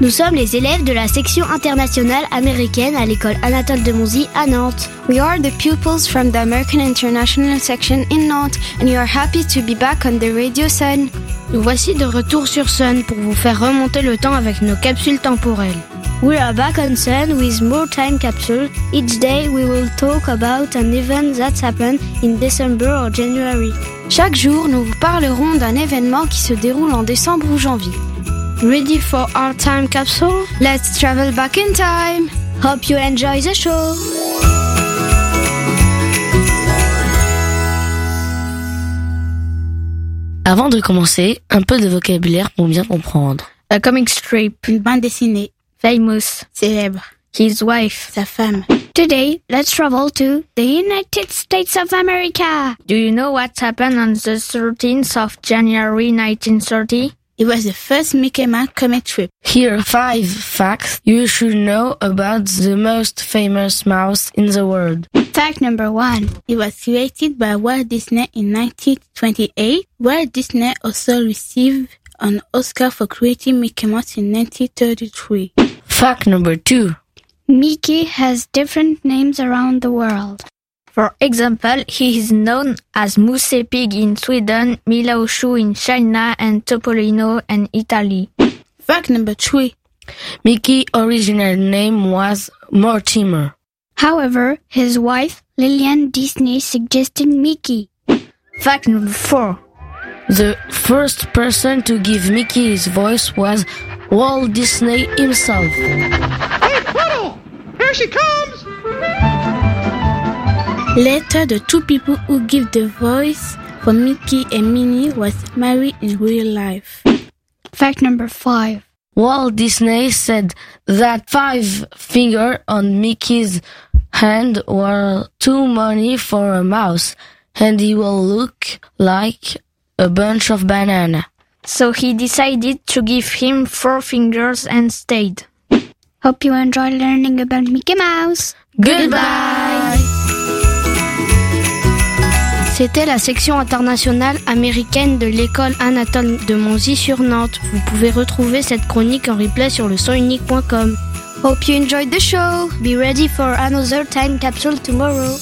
Nous sommes les élèves de la section internationale américaine à l'école Anatole de Monzy à Nantes. We are the pupils from the American International section in Nantes and we are happy to be back on the radio Sun. Nous voici de retour sur Sun pour vous faire remonter le temps avec nos capsules temporelles. We are back on Sun with more time capsule. Each day we will talk about an event that happened in December or January. Chaque jour, nous vous parlerons d'un événement qui se déroule en décembre ou janvier. Ready for our time capsule? Let's travel back in time. Hope you enjoy the show. Avant de commencer, un peu de vocabulaire pour bien comprendre. A comic strip, une bande dessinée. Famous, célèbre. His wife, sa femme. Today, let's travel to the United States of America. Do you know what happened on the 13th of January 1930? It was the first Mickey Mouse comet trip. Here are five facts you should know about the most famous mouse in the world. Fact number one. It was created by Walt Disney in 1928. Walt Disney also received an Oscar for creating Mickey Mouse in 1933. Fact number two. Mickey has different names around the world. For example, he is known as Musse Pig in Sweden, Milaoshu in China, and Topolino in Italy. Fact number three. Mickey's original name was Mortimer. However, his wife, Lillian Disney, suggested Mickey. Fact number four. The first person to give Mickey his voice was Walt Disney himself. Hey, Pluto! Here she comes! Later, the two people who give the voice for Mickey and Minnie was married in real life. Fact number five. Walt Disney said that five finger on Mickey's hand were too many for a mouse, and he will look like a bunch of banana. So he decided to give him four fingers and stayed. Hope you enjoyed learning about Mickey Mouse. Goodbye. C'était la section internationale américaine de l'école Anatole de Monzy sur Nantes. Vous pouvez retrouver cette chronique en replay sur le sonunique.com. Hope you enjoyed the show. Be ready for another time capsule tomorrow.